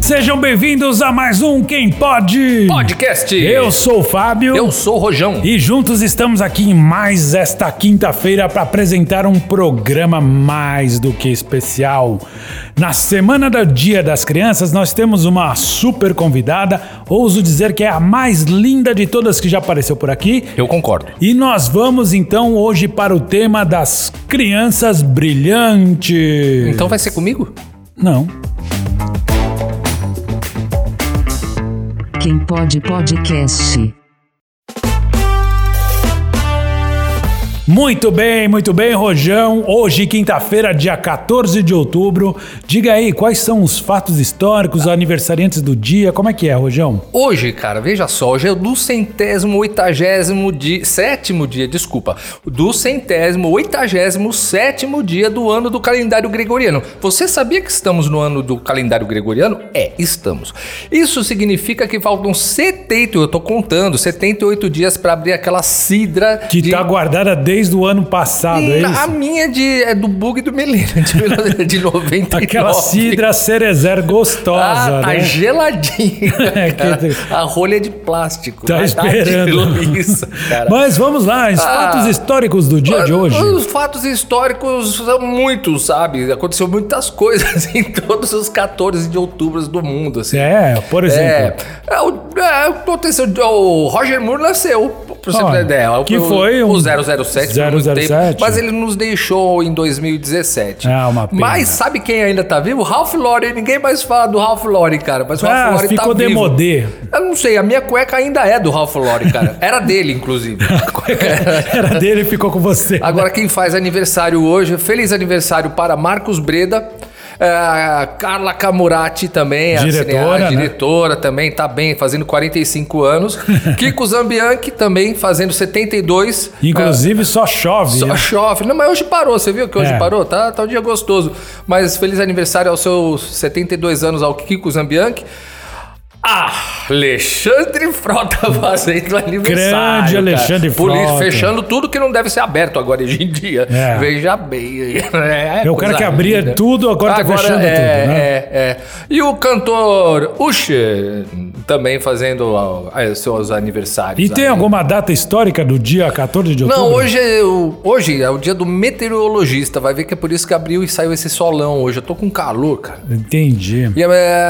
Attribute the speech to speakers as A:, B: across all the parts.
A: Sejam bem-vindos a mais um Quem Pode.
B: Podcast.
A: Eu sou o Fábio.
B: Eu sou o Rojão.
A: E juntos estamos aqui em mais esta quinta-feira para apresentar um programa mais do que especial. Na semana do Dia das Crianças, nós temos uma super convidada, ouso dizer que é a mais linda de todas que já apareceu por aqui.
B: Eu concordo.
A: E nós vamos então hoje para o tema das crianças brilhantes.
B: Então vai ser comigo?
A: Não.
C: Quem pode podcast.
A: Muito bem, muito bem, Rojão. Hoje, quinta-feira, dia 14 de outubro. Diga aí, quais são os fatos históricos, aniversariantes do dia? Como é que é, Rojão?
B: Hoje, cara, veja só, hoje é o do centésimo, oitagésimo dia, sétimo dia, desculpa, do centésimo, oitagésimo, sétimo dia do ano do calendário gregoriano. Você sabia que estamos no ano do calendário gregoriano? É, estamos. Isso significa que faltam 70, eu tô contando, 78 dias para abrir aquela sidra
A: Que
B: de...
A: tá guardada desde o ano passado, é
B: Hum, A
A: isso?
B: minha é de, é do bug do Melina, de, 19- de 99.
A: Aquela cidra cerezer gostosa,
B: Ah, tá
A: né?
B: geladinha.
A: É, que-
B: cara. A rolha é de plástico.
A: Tá
B: mas
A: esperando.
B: de Isso, cara.
A: Mas vamos lá,
B: Ah.
A: os fatos históricos do dia de hoje.
B: Os fatos históricos são muitos, sabe? Aconteceu muitas coisas em todos os 14 de outubro do mundo, assim.
A: É, por
B: É,
A: exemplo.
B: é, o- é, aconteceu. O Roger Moore nasceu, pra você ter
A: Olha,
B: uma ideia. O-
A: que
B: o-
A: foi um-
B: o 007, por muito
A: 007.
B: tempo, mas ele nos deixou em 2017.
A: Ah, uma pena.
B: Mas sabe quem ainda tá vivo? Ralph Lauren. Ninguém mais fala do Ralph Lauren, cara. Mas o Ralph
A: Ah,
B: Lauren tá
A: ficou
B: vivo.
A: demodê.
B: Eu não sei, a minha cueca ainda é do Ralph Lauren, cara. Era dele, inclusive.
A: Era dele e ficou com você.
B: Agora, quem faz aniversário hoje, feliz aniversário para Marcos Breda. eh, Carla Camurati também, é assim,
A: Diretora,
B: a
A: né?
B: cineasta, diretora também, tá bem, fazendo 45 anos. Kiko Zambianchi também, fazendo 72.
A: Inclusive, só chove. né?
B: Só chove. Não, mas hoje parou, você viu que hoje
A: É.
B: parou? Tá, tá um dia gostoso. Mas feliz aniversário aos seus 72 anos, ao Kiko Zambianchi. Ah, Alexandre Frota fazendo aniversário.
A: Grande
B: cara.
A: Alexandre Frota.
B: Fechando tudo que não deve ser aberto agora hoje em dia.
A: É.
B: Veja bem. É,
A: É o cara
B: coisa
A: que abria
B: linda.
A: tudo, agora tá fechando
B: é,
A: tudo, né?
B: É, é. E o cantor Usher também fazendo ah, seus aniversários.
A: E tem
B: aí.
A: alguma data histórica do dia 14 de outubro?
B: Não, hoje é, o, hoje é o dia do meteorologista. Vai ver que é por isso que abriu e saiu esse solão hoje. Eu tô com calor, cara.
A: Entendi.
B: E é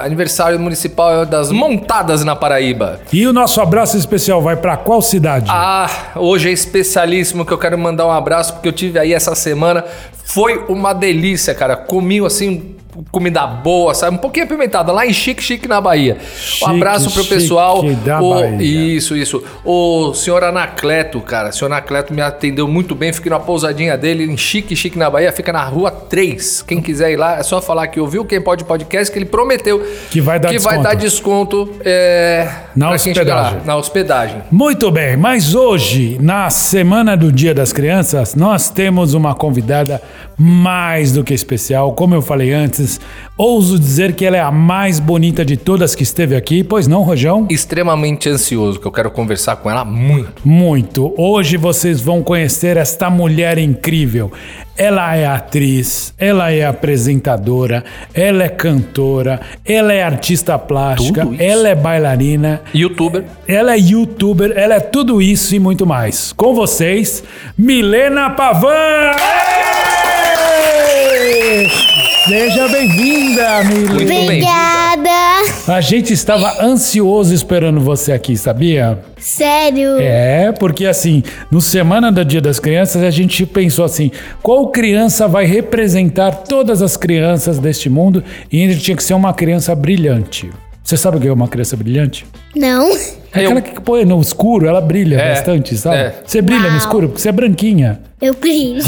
B: aniversário municipal é das montadas na Paraíba.
A: E o nosso abraço especial vai pra qual cidade?
B: Ah, hoje é especialíssimo que eu quero mandar um abraço porque eu tive aí essa semana. Foi uma delícia, cara. Comi assim comida boa, sabe? Um pouquinho apimentada lá em Chique Chique na Bahia.
A: Chique
B: um abraço pro
A: Chique
B: pessoal.
A: da
B: O-
A: Bahia.
B: Isso, isso. O senhor Anacleto, cara, o senhor Anacleto me atendeu muito bem. Fiquei na pousadinha dele em Chique Chique na Bahia, fica na Rua 3. Quem quiser ir lá, é só falar que ouviu quem pode podcast que ele prometeu
A: Que vai dar desconto.
B: dar desconto, é,
A: Na
B: pra quem chegar lá,
A: hospedagem.
B: na hospedagem.
A: Muito bem, mas hoje, na semana do Dia das Crianças, nós temos uma convidada mais do que especial. Como eu falei antes, ouso dizer que ela é a mais bonita de todas que esteve aqui, pois não, Rojão?
B: extremamente ansioso, que eu quero conversar com ela muito.
A: Muito. Hoje vocês vão conhecer esta mulher incrível. Ela é atriz, ela é apresentadora, ela é cantora, ela é artista plástica,
B: Tudo isso.
A: ela é bailarina,
B: Youtuber.
A: ela é youtuber, ela é tudo isso e muito mais. Com vocês, Milena Pavan! Seja bem-vinda, Milena.
B: Muito bem.
D: Obrigada!
A: A gente estava ansioso esperando você aqui, sabia?
D: Sério?
A: É, porque assim, no Semana do Dia das Crianças, a gente pensou assim: qual criança vai representar todas as crianças deste mundo? E ainda tinha que ser uma criança brilhante. Você sabe o que é uma criança brilhante?
D: Não?
A: É
B: Eu-
A: aquela que põe no escuro, ela brilha
B: É,
A: bastante, sabe?
B: é.
A: Você brilha no
D: Uau.
A: escuro porque você é branquinha.
D: Eu brilho.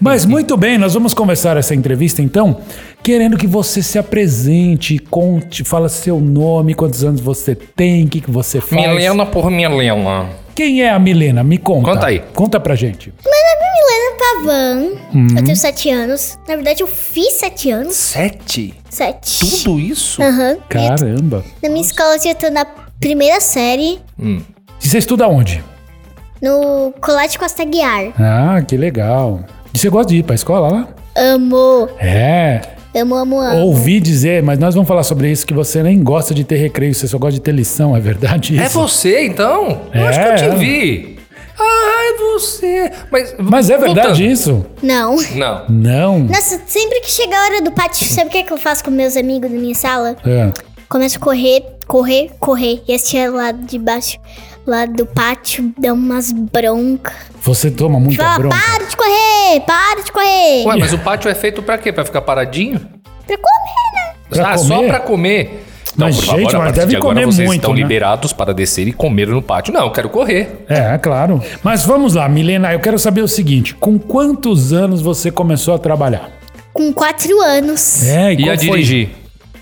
A: Mas
B: Uhum.
A: muito bem, nós vamos começar essa entrevista então, querendo que você se apresente, conte, fala seu nome, quantos anos você tem, o que, que você faz.
B: Milena por Milena.
A: Quem é a Milena? Me conta.
B: Conta aí.
A: Conta pra gente.
D: Meu nome é Milena Pavan.
A: Hum.
D: Eu tenho 7 anos. Na verdade, eu fiz 7 anos.
B: Sete?
D: 7.
B: Tudo isso?
D: Aham.
A: Caramba.
D: Na minha escola, eu já tô na primeira série,
A: E você estuda onde?
D: no Colate Costa Guiar.
A: Ah, que legal. E você gosta de ir pra escola lá?
D: Amo!
A: É.
D: Amo, amo, amo.
A: Ouvi dizer, mas nós vamos falar sobre isso, que você nem gosta de ter recreio, você só gosta de ter lição, é verdade
B: É
A: isso?
B: você, então? Eu acho que
A: É,
B: eu te
A: é.
B: vi. Ah, é você. Mas,
A: Mas é verdade
B: voltando.
A: isso?
D: Não.
B: Não.
A: Não.
D: Nossa, sempre que chega a hora do pátio, sabe o que, é que eu faço com meus amigos na minha sala?
A: É.
D: Começo a correr, correr, correr. E assistir lá de baixo, lá do pátio, dá umas broncas.
A: Você toma muita
D: Fala,
A: Então, bronca.
D: para de correr, para de correr.
B: Ué, mas o pátio é feito pra quê? Pra ficar paradinho?
D: Pra comer, né?
A: Pra
B: ah, só
A: comer?
B: pra comer.
A: Mas,
B: por
A: gente,
B: a
A: mas
B: partir de
A: deve
B: agora
A: comer
B: vocês
A: muito,
B: estão
A: né?
B: liberados para descer e comer no pátio. Não, eu quero correr.
A: É, é claro. Mas vamos lá, Milena, eu quero saber o seguinte: com quantos anos você começou a trabalhar?
D: Com quatro anos.
A: É,
B: E,
A: qual foi?
B: a dirigir?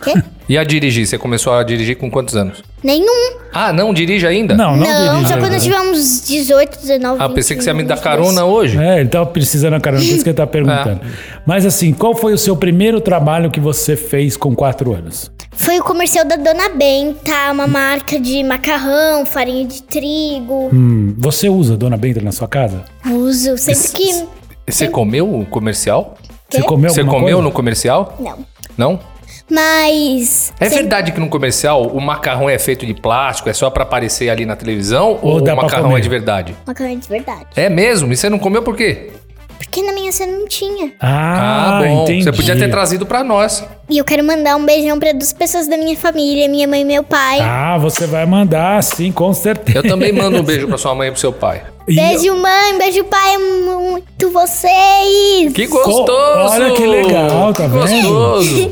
D: Quê?
B: E a dirigir? Você começou a dirigir com quantos anos?
D: Nenhum.
B: Ah, não dirige ainda?
A: Não, né? não,
D: Não,
A: dirige.
D: só quando eu tiver uns 18, 19,
B: Ah,
D: 20,
B: pensei que você ia me dar
D: 22.
B: carona
D: um
B: hoje.
A: É, ele tava precisando a carona, por isso que ele tá perguntando.
B: É.
A: Mas assim, qual foi o seu primeiro trabalho que você fez com quatro anos?
D: Foi o comercial da Dona Benta, uma marca de macarrão, farinha de trigo.
A: Hum, você usa Dona Benta na sua casa?
D: Uso sempre
B: Esse-
D: que...
B: Você comeu o comercial?
A: Você
D: Quê?
A: É. comeu
B: Você
A: alguma
B: comeu
A: coisa?
B: no comercial?
D: Não.
B: Não?
D: Mas...
B: É
D: sempre-
B: verdade que no comercial o macarrão é feito de plástico, é só pra aparecer ali na televisão? Ou,
A: dá
B: o
A: pra
B: macarrão
A: comer?
B: é de verdade?
D: Macarrão de verdade.
B: É mesmo? E você não comeu por quê?
D: Porque na minha você não tinha.
A: Ah, bom. entendi.
B: Você podia ter trazido pra nós.
D: E eu quero mandar um beijão pra duas pessoas da minha família, minha mãe e meu pai.
A: Ah, você vai mandar, sim, com certeza.
B: Eu também mando um beijo pra sua mãe e pro seu pai.
A: E-
D: Beijo, mãe. Beijo, pai. Amo muito vocês.
B: Que gostoso!
A: Olha que legal, tá
B: Que
A: vendo?
B: Gostoso!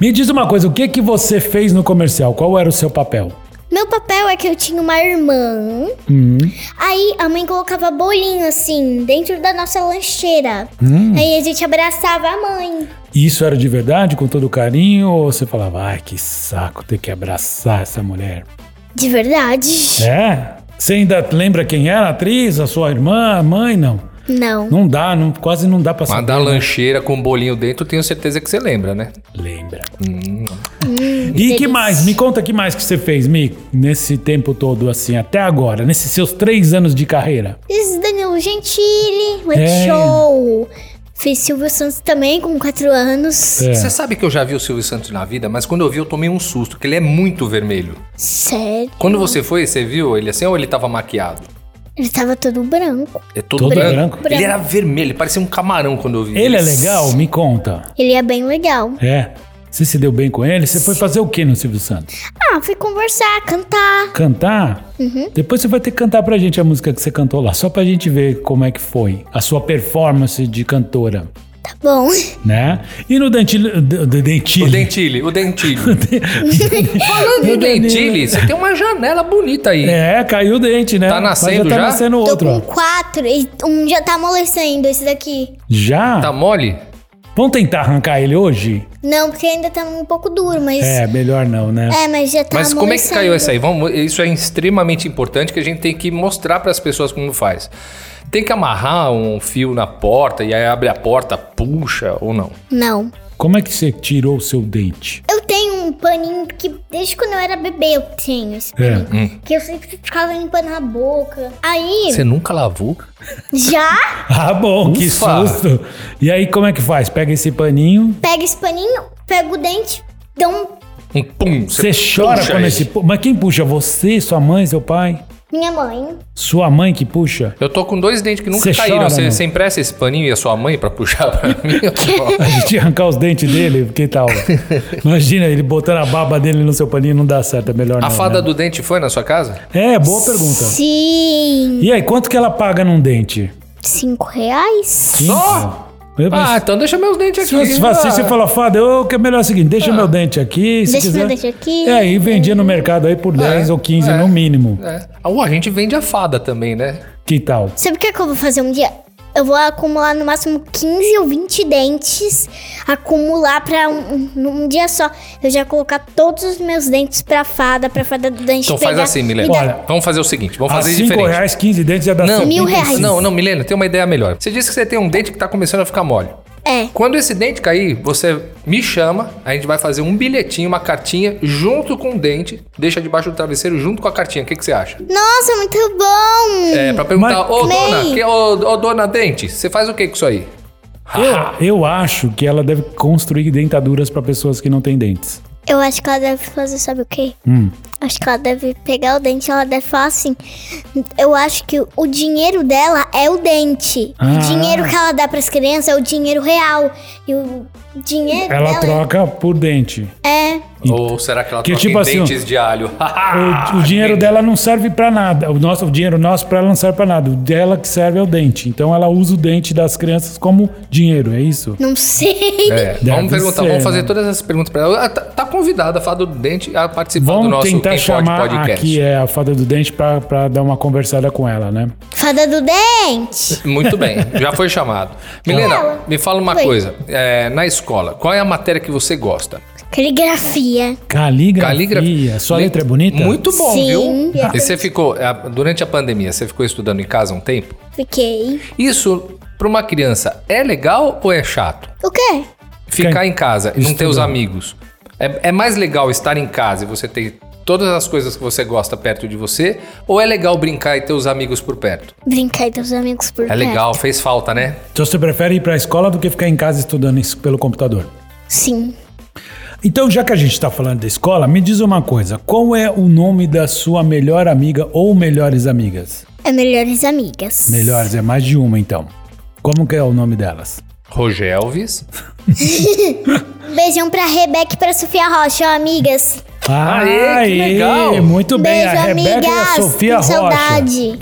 A: Me diz uma coisa, o que que você fez no comercial? Qual era o seu papel?
D: Meu papel é que eu tinha uma irmã. Aí a mãe colocava bolinho assim, dentro da nossa lancheira.
A: Hum.
D: Aí a gente abraçava a mãe.
A: Isso era de verdade, com todo carinho? Ou você falava, ai, que saco ter que abraçar essa mulher?
D: De verdade?
A: É? Você ainda lembra quem era a atriz? A sua irmã? A mãe? Não.
D: Não.
A: Não dá, não, quase não dá pra
B: Mas
A: saber.
B: da lancheira com um bolinho dentro, tenho certeza que você lembra, né?
A: Lembra.
D: Hum,
A: E que
D: delícia.
A: mais? Me conta que mais que você fez, Mi, nesse tempo todo, assim, até agora, nesses seus três anos de carreira.
D: Fiz Danilo é Gentili, One
A: É.
D: Show. Fiz Silvio Santos também com 4 anos.
A: É.
B: Você sabe que eu já vi o Silvio Santos na vida, mas quando eu vi eu tomei um susto, que ele é muito vermelho.
D: Sério?
B: Quando você foi, você viu ele assim ou ele tava maquiado?
D: Ele tava todo branco.
B: É todo,
A: Todo branco.
B: branco.
D: Branco.
B: Ele era vermelho, ele parecia um camarão quando eu vi.
A: Ele é legal? Me conta.
D: Ele é bem legal.
A: É. Você se deu bem com ele? Você foi fazer o que no Silvio Santos?
D: Ah, fui conversar, cantar.
A: Cantar?
D: Uhum.
A: Depois você vai ter que cantar pra gente a música que você cantou lá, só pra gente ver como é que foi a sua performance de cantora,
D: Tá bom.
A: né? E no Dentile... D- D- Dentile.
B: O Dentile, o Dentile. Falando
A: No
B: em
A: Dentile.
B: Dentile, você tem uma janela bonita aí.
A: É, caiu o dente, né?
B: Tá nascendo
A: Mas já tá
B: já?
A: nascendo
D: Tô
A: outro,
D: com
A: ó.
D: quatro e um já tá amolecendo, esse daqui.
A: Já?
B: Tá mole?
A: Vamos tentar arrancar ele hoje?
D: Não, porque ainda tá um pouco duro, mas.
A: É, melhor não, né?
D: É, mas já tá
B: Mas como é que
D: amolecendo.
B: caiu essa aí? Vamos, isso é extremamente importante que a gente tem que mostrar para as pessoas como faz. Tem que amarrar um fio na porta e aí abre a porta, puxa ou não.
D: Não.
A: Como é que você tirou o seu dente?
D: Eu tenho um paninho que desde quando eu era bebê eu tenho esse
A: É.
D: paninho.
B: Hum.
D: Que eu sempre ficava limpando a boca. Aí,
B: Você nunca lavou?
D: já
A: Ah, bom, que
B: Ufa!
A: susto! E aí, como é que faz? Pega esse paninho,
D: pega esse paninho, pega o dente, dá um.
B: Um pum.
A: você chora
B: puxa
A: quando
B: ele.
A: esse. pu- Mas quem puxa? Você, sua mãe, seu pai?
D: Minha mãe.
A: Sua mãe que puxa?
B: Eu tô com dois dentes que nunca
A: Você
B: caíram.
A: chora,
B: você,
A: não?
B: você empresta esse paninho e a sua mãe pra puxar pra mim?
A: A gente arrancar os dentes dele, que tal? Imagina ele botando a baba dele no seu paninho, não dá certo, é melhor
B: a
A: não. né?
B: fada do dente foi na sua casa?
A: É, boa pergunta.
D: Sim.
A: E aí, quanto que ela paga num dente?
D: Cinco reais?
B: Só?
A: Eu,
B: Ah, então deixa meus dentes
A: Se
B: aqui.
A: você, fala assim, você fala, fada, eu que é melhor é o seguinte,
B: Ah.
A: deixa meu dente aqui, se
D: Deixa
A: quiser.
D: meu dente aqui.
A: É, e vendia no mercado aí por 10 ou 15
B: é.
A: no mínimo.
B: É. Ah, ué, a gente vende a fada também, né?
A: Que tal?
D: Sabe o que, é que eu vou fazer um dia? Eu vou acumular no máximo 15 ou 20 dentes, acumular pra um, um- um dia só. Eu já colocar todos os meus dentes pra fada, pra fada do dente
B: Então faz
D: pegar
B: assim,
D: e
B: Milena.
D: dar-
A: Olha,
B: Vamos fazer o seguinte, vamos
A: A
B: fazer
A: 5
B: diferente.
A: reais, 15 dentes já dá
B: Não,
A: 100.
D: Mil reais.
B: Não, não, Milena, tem uma ideia melhor. Você disse que você tem um dente que tá começando a ficar mole.
D: É,
B: Quando esse dente cair, você me chama, a gente vai fazer um bilhetinho, uma cartinha, junto com o dente, deixa debaixo do travesseiro, junto com a cartinha. O que, que você acha?
D: Nossa, muito bom!
B: É, pra perguntar,
A: Mas-
B: ô
D: Ney.
B: dona, que, ô, ô, dona Dente, você faz o que com isso aí?
A: Eu, eu acho que ela deve construir dentaduras pra pessoas que não têm dentes.
D: Eu acho que ela deve fazer, sabe o quê?
A: Hum.
D: Acho que ela deve pegar o dente, ela deve falar assim: eu acho que o dinheiro dela é o dente.
A: Ah.
D: O dinheiro que ela dá pras crianças é o dinheiro real. E o dinheiro
A: Ela
D: É dela
A: troca por dente.
D: é.
B: Ou será que ela
A: Que
B: troca
A: tipo
B: em
A: assim,
B: dentes de alho? Ah,
A: O, o dinheiro dela não serve pra nada. O nosso o dinheiro nosso pra ela não serve pra nada. O dela que serve é o dente. Então ela usa o dente das crianças como dinheiro, é isso?
D: Não sei.
B: É,
A: Deve
B: vamos perguntar,
A: ser,
B: vamos fazer
A: né?
B: todas essas perguntas pra ela. Ela tá, tá convidada a falar do dente a participar do
A: Vamos
B: nosso
A: tentar
B: Quem Pode
A: chamar
B: podcast.
A: aqui é, a fada do dente pra, pra dar uma conversada com ela, né?
D: Fada do dente.
B: Muito bem, já foi chamado. Milena,
D: Ela.
B: me fala uma
D: Oi.
B: coisa. É, na escola, qual é a matéria que você gosta?
D: Caligrafia.
A: Caligrafia.
B: Caligrafia.
A: Sua letra é bonita?
B: Muito bom,
D: Sim. é
B: viu?
D: Yeah.
B: E você ficou, a- durante a pandemia, você ficou estudando em casa um tempo?
D: Fiquei.
B: Isso, pra uma criança, é legal ou é chato?
D: O quê?
B: Ficar
A: Quem-
B: em casa e não ter os
A: Estudando.
B: amigos. É, é mais legal estar em casa e você ter todas as coisas que você gosta perto de você? Ou é legal brincar e ter os amigos por perto?
D: Brincar com os amigos por
B: É legal, fez falta, né?
A: Então você prefere ir pra escola do que ficar em casa estudando isso pelo computador?
D: Sim.
A: Então, já que a gente está falando da escola, me diz uma coisa: qual é o nome da sua melhor amiga ou melhores amigas?
D: É melhores amigas.
A: Melhores, é mais de uma então. Como que é o nome delas?
B: Rogelvis.
D: Beijão pra Rebeca e pra Sofia Rocha, ó, amigas.
B: Aê, que legal!
A: Muito bem,
D: Beijo,
A: a Rebeca e a
D: amigas.
A: Sofia
D: Com
A: Rocha.
D: saudade.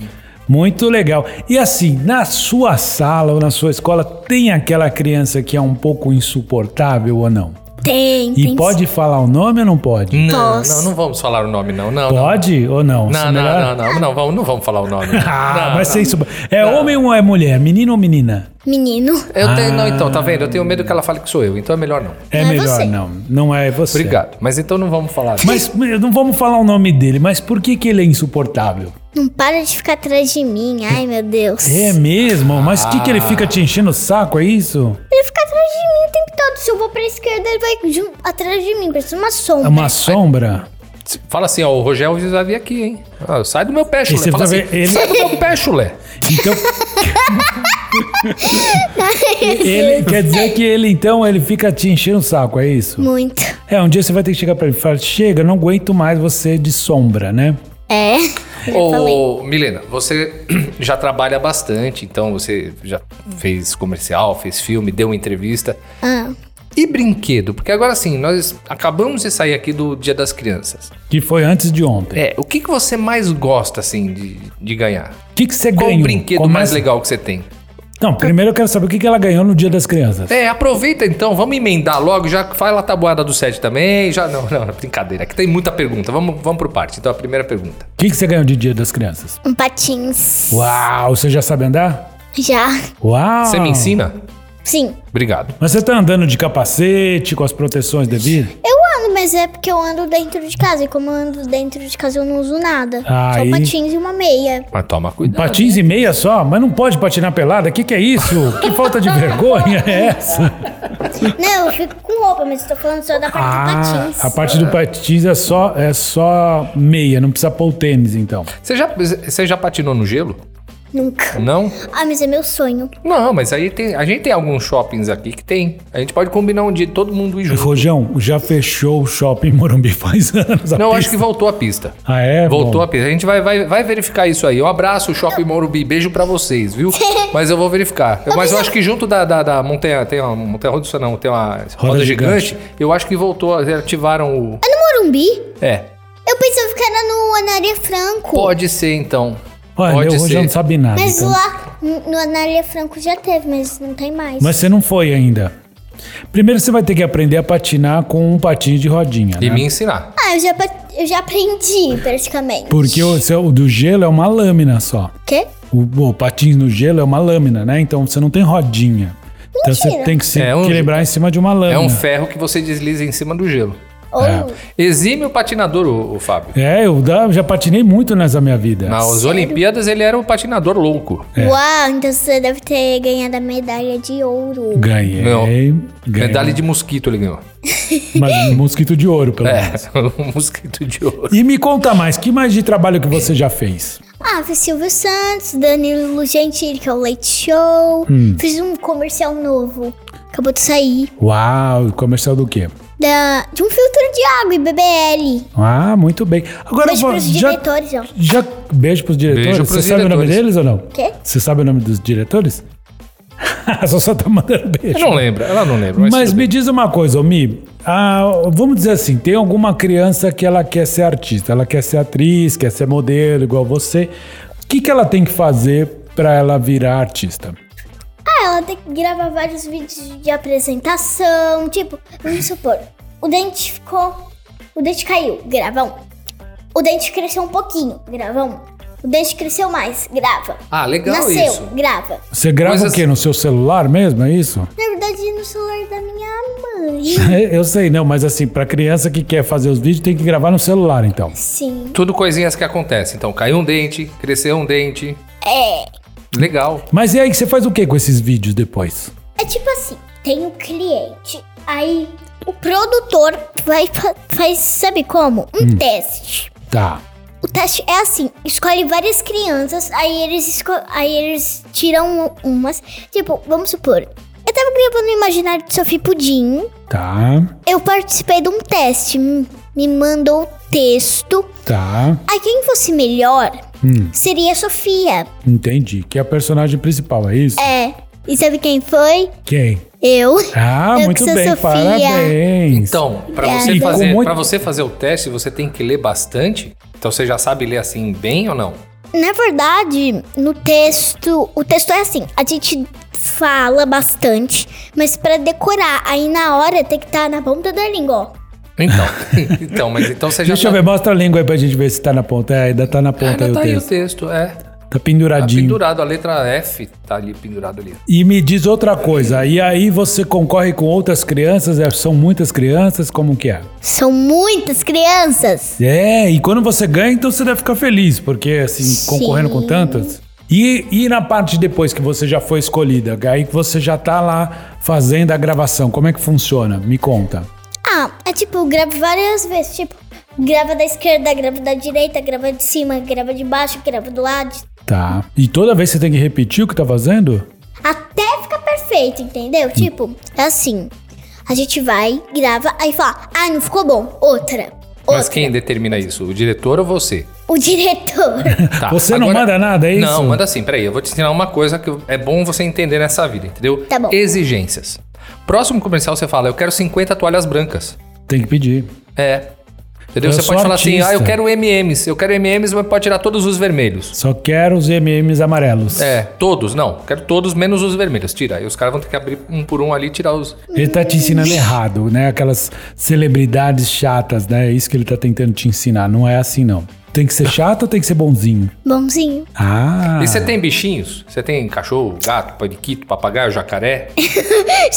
A: Muito legal. E assim, na sua sala ou na sua escola, tem aquela criança que é um pouco insuportável ou não?
D: Tem,
A: E
D: tem.
A: pode falar o nome ou não pode?
B: Não,
D: Nossa.
B: não, não vamos falar o nome, não. Não, não.
A: Pode ou não?
B: Não,
A: Isso é
B: não,
A: melhor-
B: não, não, não, vamos, não vamos falar o nome.
A: Ah,
B: Não,
A: vai
B: não.
A: ser isso. É homem ou é mulher? Menino ou menina?
D: Menino.
B: Eu tenho, não, então,
A: Ah.
B: tá vendo? Eu tenho medo que ela fale que sou eu, então é melhor não.
A: É
D: Não é
A: melhor
D: você.
A: não. Não é você.
B: Obrigado. Mas então não vamos falar.
A: Mas meu, não vamos falar o nome dele, mas por que, que ele é insuportável?
D: Não para de ficar atrás de mim. Ai, meu Deus.
A: É mesmo? Mas o que, que ele
B: Ah.
A: fica te enchendo o saco, é isso?
D: Ele fica atrás de mim o tempo todo. Se eu vou pra esquerda, ele vai jun- atrás de mim. Parece uma
A: É
D: sombra.
A: uma sombra?
B: Fala assim, ó, o Rogelvis vai vir aqui, hein? Ah, sai do meu pé,
A: você
B: chulé. Fala
A: vai
B: assim,
A: ver ele-
B: sai do meu pé, chulé.
A: Então, ele quer dizer que ele, então, ele fica te enchendo o saco, é isso?
D: Muito.
A: É, um dia você vai ter que chegar pra ele e falar, chega, não aguento mais você de sombra, né?
D: É. Já falei.
B: Ô, Milena, você já trabalha bastante, então você já fez comercial, fez filme, deu entrevista.
D: Ah,
B: E brinquedo? Porque agora sim, nós acabamos de sair aqui do Dia das Crianças.
A: Que foi antes de ontem.
B: É, o que, que você mais gosta, assim, de, de ganhar?
A: O que, que você
B: Qual
A: ganhou?
B: o brinquedo
A: Começa-
B: mais legal que você tem?
A: Não, primeiro eu quero saber o que, que ela ganhou no Dia das Crianças.
B: É, aproveita então, vamos emendar logo, já fala a tabuada do set também, já não, não, brincadeira, que tem muita pergunta, vamos, vamos por parte. Então a primeira pergunta.
A: O que, que você ganhou de Dia das Crianças?
D: um patins.
A: Uau, você já sabe andar?
D: Já.
A: Uau!
B: Você me ensina?
D: Sim.
B: Obrigado.
A: Mas você tá andando de capacete, com as proteções devidas?
D: Eu ando, mas é porque eu ando dentro de casa. E como eu ando dentro de casa, eu não uso nada. Só
A: Aí.
D: um patins e uma meia.
B: Mas toma cuidado.
A: Patins e meia só? Mas não pode patinar pelada? O que, que é isso? Que falta de vergonha é essa?
D: Não, eu fico com roupa, mas eu tô falando só da parte do patins.
A: Ah, a parte do patins é só, é só meia, não precisa pôr o tênis então.
B: Você já, você já patinou no gelo?
D: Nunca.
B: Não?
D: Ah, mas é meu sonho.
B: Não, mas aí tem. A gente tem alguns shoppings aqui que tem. A gente pode combinar um dia todo mundo ir junto.
A: Rojão, já fechou o shopping Morumbi faz anos. a
B: Não, acho
A: pista.
B: que voltou a pista.
A: Ah, é?
B: Voltou a
A: Bom,
B: pista. A gente vai, vai, vai verificar isso aí. Um abraço, Shopping Morumbi. Beijo pra vocês, viu? Mas eu vou verificar. Eu- mas eu acho que junto da, da, da montanha... Tem uma montanha russa, não. Tem uma roda,
A: gigante.
B: gigante. Eu acho que voltou. Ativaram o...
D: É no Morumbi?
B: É.
D: Eu pensava que era no Anália Franco.
B: Pode ser, então.
A: Olha,
B: pode
A: o Rojão
B: ser.
A: não sabe nada.
D: Mas
A: então.
D: lá no no Anália Franco já teve, mas não tem mais.
A: Mas você não foi ainda. Primeiro você vai ter que aprender a patinar com um patins de rodinha.
B: E
A: né?
B: me ensinar.
D: Ah, eu já, pa- eu já aprendi praticamente.
A: Porque o, seu- o do gelo é uma lâmina só.
D: Quê?
A: O, o patins no gelo é uma lâmina, né? Então você não tem rodinha. Então você
D: Mentira.
A: tem que se
B: É um-
A: equilibrar em cima de uma lâmina.
B: É um ferro que você desliza em cima do gelo.
D: Ou
B: Exime o patinador, o, o Fábio.
A: É, eu da- já patinei muito nessa minha vida.
B: Nas Olimpíadas ele era o patinador louco.
A: é.
D: uau, então você deve ter ganhado a medalha de ouro.
A: Ganhei.
B: Não.
A: ganhei.
B: Medalha de mosquito ele ganhou.
A: Mas mosquito de ouro, pelo
B: É,
A: menos.
B: um mosquito de ouro.
A: E me conta mais, que mais de trabalho que você já fez?
D: Ah, fiz Silvio Santos, Danilo Gentili, que é o Leite Show.
A: Hum.
D: Fiz um comercial novo. Acabou de sair.
A: Uau, comercial do quê?
D: Da, de um filtro de água e BBL.
A: Ah, muito bem. Agora
D: Beijo
A: vou-
D: pros
A: já,
D: diretores, ó.
A: já beijo pros diretores.
B: Beijo pros
A: você sabe o nome
B: diretores.
A: deles ou não?
D: Quê?
A: Você sabe o nome dos diretores? Só só tá mandando beijo.
B: Eu não lembro, ela não lembra.
A: Mas,
B: Mas, tudo
A: me diz uma coisa, Mi. Ah, vamos dizer assim, tem alguma criança que ela quer ser artista, ela quer ser atriz, quer ser modelo, igual você. O que, que ela tem que fazer para ela virar artista?
D: Ah, ela tem que gravar vários vídeos de apresentação. Tipo, vamos supor, o dente ficou. O dente caiu, grava um. O dente cresceu um pouquinho, grava um. O dente cresceu mais, grava.
B: Ah, legal
D: Nasceu,
B: isso.
D: grava.
A: Você grava
B: Coisas-
A: o quê? No seu celular mesmo, é isso?
D: Na verdade, no celular da minha mãe.
A: Eu sei, não, mas assim, pra criança que quer fazer os vídeos, tem que gravar no celular, então.
D: Sim.
B: Tudo coisinhas que acontecem. Então, caiu um dente, cresceu um dente. É. Legal.
A: Mas e aí, você faz o que com esses vídeos depois?
D: É tipo assim, tem o cliente, aí o produtor vai fa- faz, sabe como? Um
B: Hum.
D: teste.
A: Tá.
D: O teste é assim, escolhe várias crianças, aí eles, esco- aí eles tiram u- umas. Tipo, vamos supor, eu tava gravando o imaginário de Sophie Pudim,
A: Tá.
D: eu participei de um teste, me me mandou o texto.
A: Tá.
D: Aí quem fosse melhor seria a Sofia.
A: Entendi. Que é a personagem principal, é isso?
D: É, e sabe quem foi?
A: Quem?
D: Eu.
A: Ah,
D: Eu que
A: muito
D: sou
A: bem,
D: Sofia.
A: parabéns.
B: Então, pra
D: É.
B: você,
A: E
B: fazer,
A: com muito-
B: pra você fazer o teste, você tem que ler bastante. Então, você já sabe ler assim bem ou não?
D: Na verdade, no texto, o texto é assim, a gente fala bastante, mas pra decorar, aí na hora tem que estar na ponta da língua, ó.
B: Então, então mas então você já
A: Deixa eu ver, mostra a língua aí pra gente ver se tá na ponta. É, ainda tá na
B: Ah,
A: ponta
B: ainda
A: aí
B: tá
A: o
B: aí o
A: texto.
B: texto, é.
A: Tá
B: Tá
A: penduradinho.
B: pendurado, a letra F tá ali pendurado ali.
A: E me diz outra coisa, e aí você concorre com outras crianças? É, São muitas crianças? Como que é?
D: São muitas crianças.
A: É, e quando você ganha, então você deve ficar feliz, porque assim, concorrendo com tantas. E, e na parte depois que você já foi escolhida, aí que você já tá lá fazendo a gravação, como é que funciona? Me conta.
D: Ah, é tipo, grava várias vezes, tipo, grava da esquerda, grava da direita, grava de cima, grava de baixo, grava do lado,
A: Tá. E toda vez você tem que repetir o que tá fazendo?
D: até ficar perfeito, entendeu? Tipo, é assim, a gente vai, grava, aí fala, ah, não ficou bom, outra, outra.
B: Mas quem determina isso? O diretor ou você?
D: O diretor...
B: Tá,
A: Você não
B: agora-
A: manda nada, é isso?
B: Não, manda assim, peraí, eu vou te ensinar uma coisa que é bom você entender nessa vida, entendeu?
D: Tá bom.
B: Exigências. Próximo comercial você fala, eu quero 50 toalhas brancas.
A: Tem que pedir.
B: É. Entendeu?
A: Eu
B: você
A: sou
B: pode falar assim, ah, eu
A: artista.
B: quero MMs, eu quero MMs, mas pode tirar todos os vermelhos.
A: Só quero os MMs amarelos.
B: É, todos, não. Quero todos menos os vermelhos. Tira. Aí os caras vão ter que abrir um por um ali e tirar os.
A: Ele tá te ensinando errado, né? Aquelas celebridades chatas, né? É isso que ele tá tentando te ensinar. Não é assim, não. Tem que ser chato ou tem que ser bonzinho?
D: Bonzinho.
A: Ah.
B: E você tem bichinhos? Você tem cachorro, gato, periquito, papagaio, jacaré?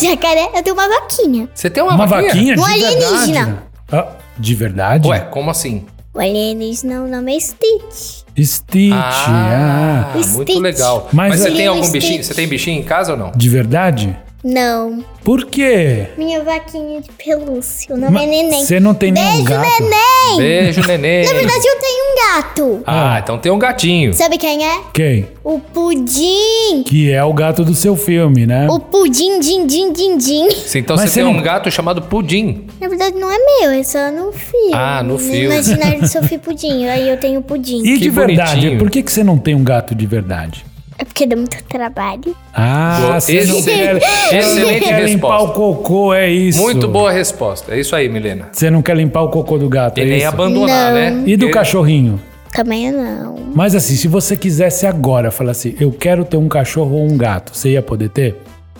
D: Jacaré, eu tenho uma vaquinha.
B: Você tem uma,
A: Uma vaquinha de
D: Um
A: verdade?
D: alienígena.
A: né? Ah, de verdade?
B: Ué, como assim?
D: O alienígena, o nome é Stitch.
A: Stitch. Ah.
B: muito
D: Stitch.
B: legal.
A: Mas é
B: Mas,
A: a-
B: você tem
D: Lilo
B: algum
D: Stitch.
B: bichinho? Você tem bichinho em casa ou não?
A: De verdade?
D: Não.
A: Por quê?
D: Minha vaquinha de pelúcia. O nome é Neném.
A: Você não tem nenhum
D: Beijo,
A: gato?
D: Neném!
B: Beijo, neném.
D: Na verdade, eu tenho um gato.
B: Ah, então tem um gatinho.
D: Sabe quem é?
A: Quem?
D: O Pudim.
A: Que é o gato do seu filme, né?
D: O Pudim, din, din, din, din.
B: Sim, Então
A: Mas
B: você
A: você
B: tem
A: não-
B: um gato chamado Pudim.
D: Na verdade, não é meu, é só no filme.
B: Ah, no filme.
D: imaginário de Sophie Pudim. Aí eu tenho o Pudim.
A: E
B: que
A: de verdade,
B: bonitinho.
A: por que, que você não tem um gato de verdade?
D: É porque dá muito trabalho.
A: Ah,
B: Boa.
A: você não
B: Excelente-
A: quer, você não
B: excelente
A: quer limpar o
B: resposta.
A: cocô, é isso.
B: Muito boa resposta. É isso aí, Milena.
A: Você não quer limpar o cocô do gato,
B: E
A: é
B: nem
A: isso?
B: abandonar,
D: Não.
B: né?
A: E do
B: Ele-
A: cachorrinho?
D: Também não.
A: Mas assim, se você quisesse agora, falar assim, eu quero ter um cachorro ou um gato, você ia poder ter?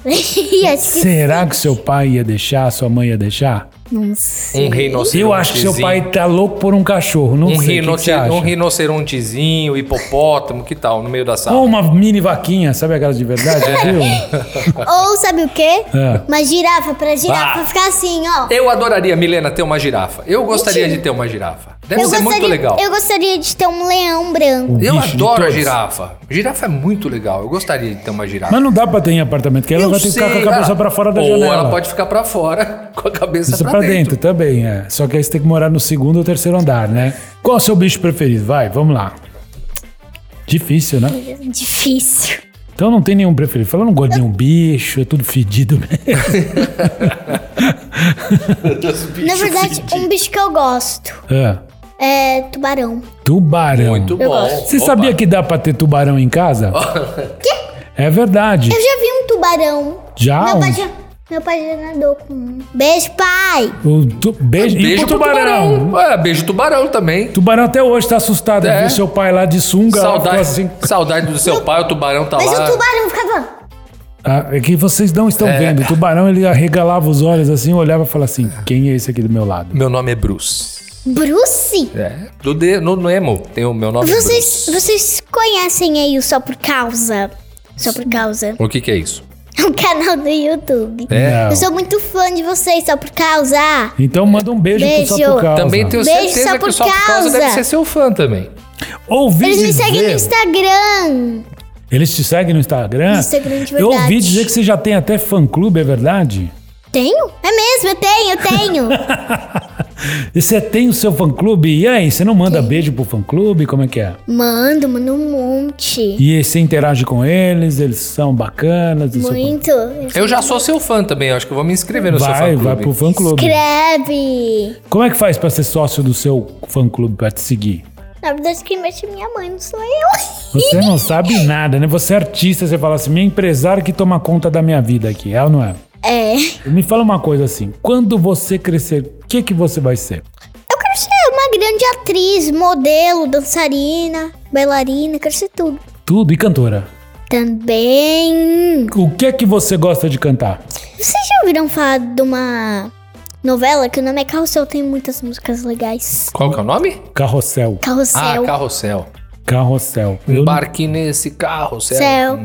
D: e assim,
A: Será que seu pai ia deixar, sua mãe ia deixar?
D: não sei.
B: Um rinocerontezinho.
A: Eu acho que seu pai tá louco por um cachorro, não
B: Um,
A: sei o que que
B: rinoce...
A: você acha.
B: um rinocerontezinho, hipopótamo, que tal? No meio da sala.
A: Ou uma mini vaquinha, sabe aquelas de verdade?
B: É.
A: já viu?
D: Ou sabe o quê?
A: É.
D: Uma girafa pra girafa
B: Ah.
D: ficar assim, ó.
B: Eu adoraria, Milena, ter uma girafa. Eu gostaria de ter uma girafa. Deve ser é muito legal.
D: Eu gostaria de ter um leão branco.
A: O
B: Eu
A: bicho de
B: adoro a
A: todos.
B: girafa. Girafa é muito legal. Eu gostaria de ter uma girafa.
A: Mas não dá pra ter em apartamento, porque ela
B: Eu
A: vai ter que ficar
B: sei,
A: com a cabeça
B: ah,
A: pra fora da
B: ou
A: janela.
B: ela pode ficar pra fora com a cabeça
A: Isso é pra
B: pra, dentro.
A: dentro. também, é. Só que aí você tem que morar no segundo ou terceiro andar, né? Qual o seu bicho preferido? Vai, vamos lá. Difícil, né?
D: Difícil.
A: Então não tem nenhum preferido. Fala, eu não gosto de nenhum bicho, é tudo fedido mesmo.
D: Na verdade, um bicho que eu gosto
A: É.
D: é tubarão.
A: Tubarão.
B: Muito
D: um Eu
B: bom.
D: gosto.
A: Você
B: Opa.
A: sabia que dá pra ter tubarão em casa? É verdade.
D: Eu já vi um tubarão.
A: Já
B: Ah,
D: Meu pai
A: um-
D: já, meu pai já nadou com um. Beijo, pai!
A: O tu- Beijo, e
B: Beijo
A: pro
B: pro
A: tubarão.
B: tubarão. É, beijo tubarão também.
A: Tubarão até hoje tá assustado.
B: É.
A: Viu seu pai lá de sunga. ela
B: Saudade,
A: ficou assim.
B: saudade do seu pai, o tubarão tá
D: Mas
B: lá.
D: o tubarão ficava.
A: Ah, é que vocês não estão vendo. O tubarão, ele arregalava os olhos assim, olhava e falava assim, quem é esse aqui do meu lado?
B: Meu nome é Bruce.
D: Bruce?
B: É. Do de, no Nemo tem o meu nome é
D: Vocês,
B: Bruce.
D: vocês conhecem aí o Só por Causa? Só por Causa.
B: O que que é isso?
D: É um canal do YouTube.
B: É.
A: Não.
D: Eu sou muito fã de vocês, Só por Causa.
A: Então manda um beijo,
D: Beijo.
A: pro Só Por Causa.
B: Também tenho
D: Beijo
B: certeza
D: só
B: que
D: por
B: o Só por causa
D: causa.
B: deve ser seu fã também.
A: Ouvi
D: Eles me
A: dizer...
D: seguem no Instagram.
A: Eles te seguem no Instagram?
D: Instagram de
A: Eu
D: verdade.
A: ouvi dizer que você já tem até fã-clube, é verdade?
D: Tenho? É mesmo, eu tenho, eu tenho.
A: E você tem o seu fã-clube? E aí, você não manda beijo pro fã-clube? Como é que é?
D: mando, mando um monte.
A: E aí você interage com eles? Eles são bacanas? do seu
D: Muito.
B: Eu já sou seu fã também, acho que eu vou me inscrever no
A: fã-
B: seu
A: Vai,
B: fã-clube.
A: vai pro fã-clube.
D: Escreve. Creve.
A: Como é que faz pra ser sócio do seu fã-clube, pra te seguir?
D: Na verdade, quem mexe é minha mãe, não sou eu.
A: Você não sabe nada, né? Você é artista, você fala assim, minha empresária que toma conta da minha vida aqui, é ou não é?
D: É.
A: Me fala uma coisa assim, quando você crescer, o que que você vai ser?
D: Eu quero ser uma grande atriz, modelo, dançarina, bailarina, quero ser tudo.
A: Tudo, e cantora?
D: Também.
A: O que é que você gosta de cantar?
D: Vocês já ouviram falar de uma novela que o nome é Carrossel? Tem muitas músicas legais.
B: Qual que é o nome?
A: Carrossel,
B: Ah,
D: Carrossel.
B: Carrossel.
A: carrossel. Eu não-
B: Embarque nesse carro, céu.
D: Céu.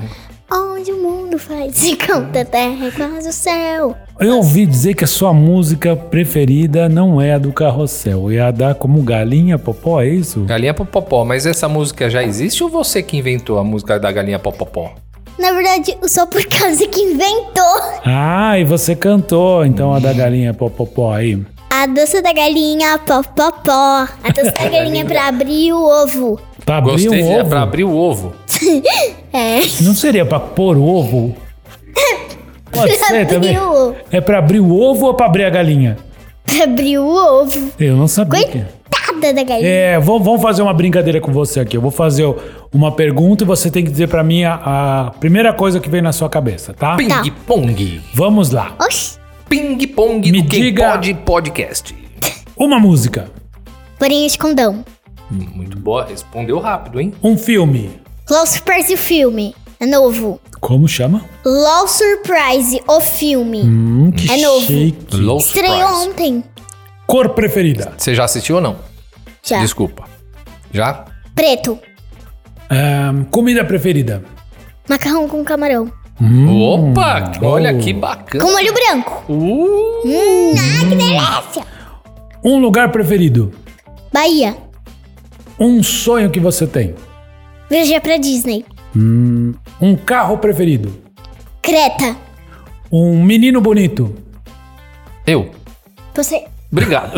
D: Onde o mundo faz se conta a terra é quase o céu.
A: eu ouvi dizer que a sua música preferida não é a do carrossel, é a da como galinha popó, é isso?
B: Galinha Popopó, mas essa música já existe ou você que inventou a música da Galinha Popopó?
D: Na verdade, o Só por causa que inventou
A: Ah, e você cantou então a
B: Uhum.
A: da galinha popopó aí.
D: a dança da galinha pó pó pó. A dança
A: É
D: da galinha pra abrir o ovo.
A: Pra abrir
B: Gostei,
A: um
B: é
A: ovo?
B: pra abrir o ovo.
D: É.
A: Não seria pra pôr o ovo? Pode
D: Pra
A: ser
D: abrir
A: também.
D: o ovo.
A: É pra abrir o ovo ou pra abrir a galinha?
D: Pra abrir o ovo.
A: Eu não sabia. que-
D: Coitada da galinha.
A: É, vamos vamos fazer uma brincadeira com você aqui. Eu vou fazer o- uma pergunta e você tem que dizer pra mim a, a primeira coisa que vem na sua cabeça, tá?
B: Ping Pong.
A: Vamos lá.
D: Oxi.
B: Ping Pong
A: Me
B: do
A: diga-
B: Quem Pode Podcast.
A: Uma música,
D: Porém, escondão.
B: Hum, Muito boa, respondeu rápido, hein?
A: um filme.
D: LOL Surprise o filme. É novo.
A: Como chama?
D: LOL Surprise o filme.
A: Hum, que
D: É novo.
A: chique.
B: Low
D: Estreou
B: Surprise.
D: ontem.
A: Cor preferida?
B: Você já assistiu ou não?
D: Já.
B: Desculpa. Já?
D: Preto.
A: Ahn, comida preferida?
D: Macarrão com camarão.
A: Hum,
B: Opa, olha
A: oh.
B: que bacana.
D: Com molho branco.
B: Uh,
D: Delícia.
A: Um lugar preferido?
D: Bahia.
A: Um sonho que você tem?
D: Viajar pra Disney.
A: Um carro preferido?
D: Creta.
A: Um menino bonito?
B: eu.
D: Você.
B: Obrigado.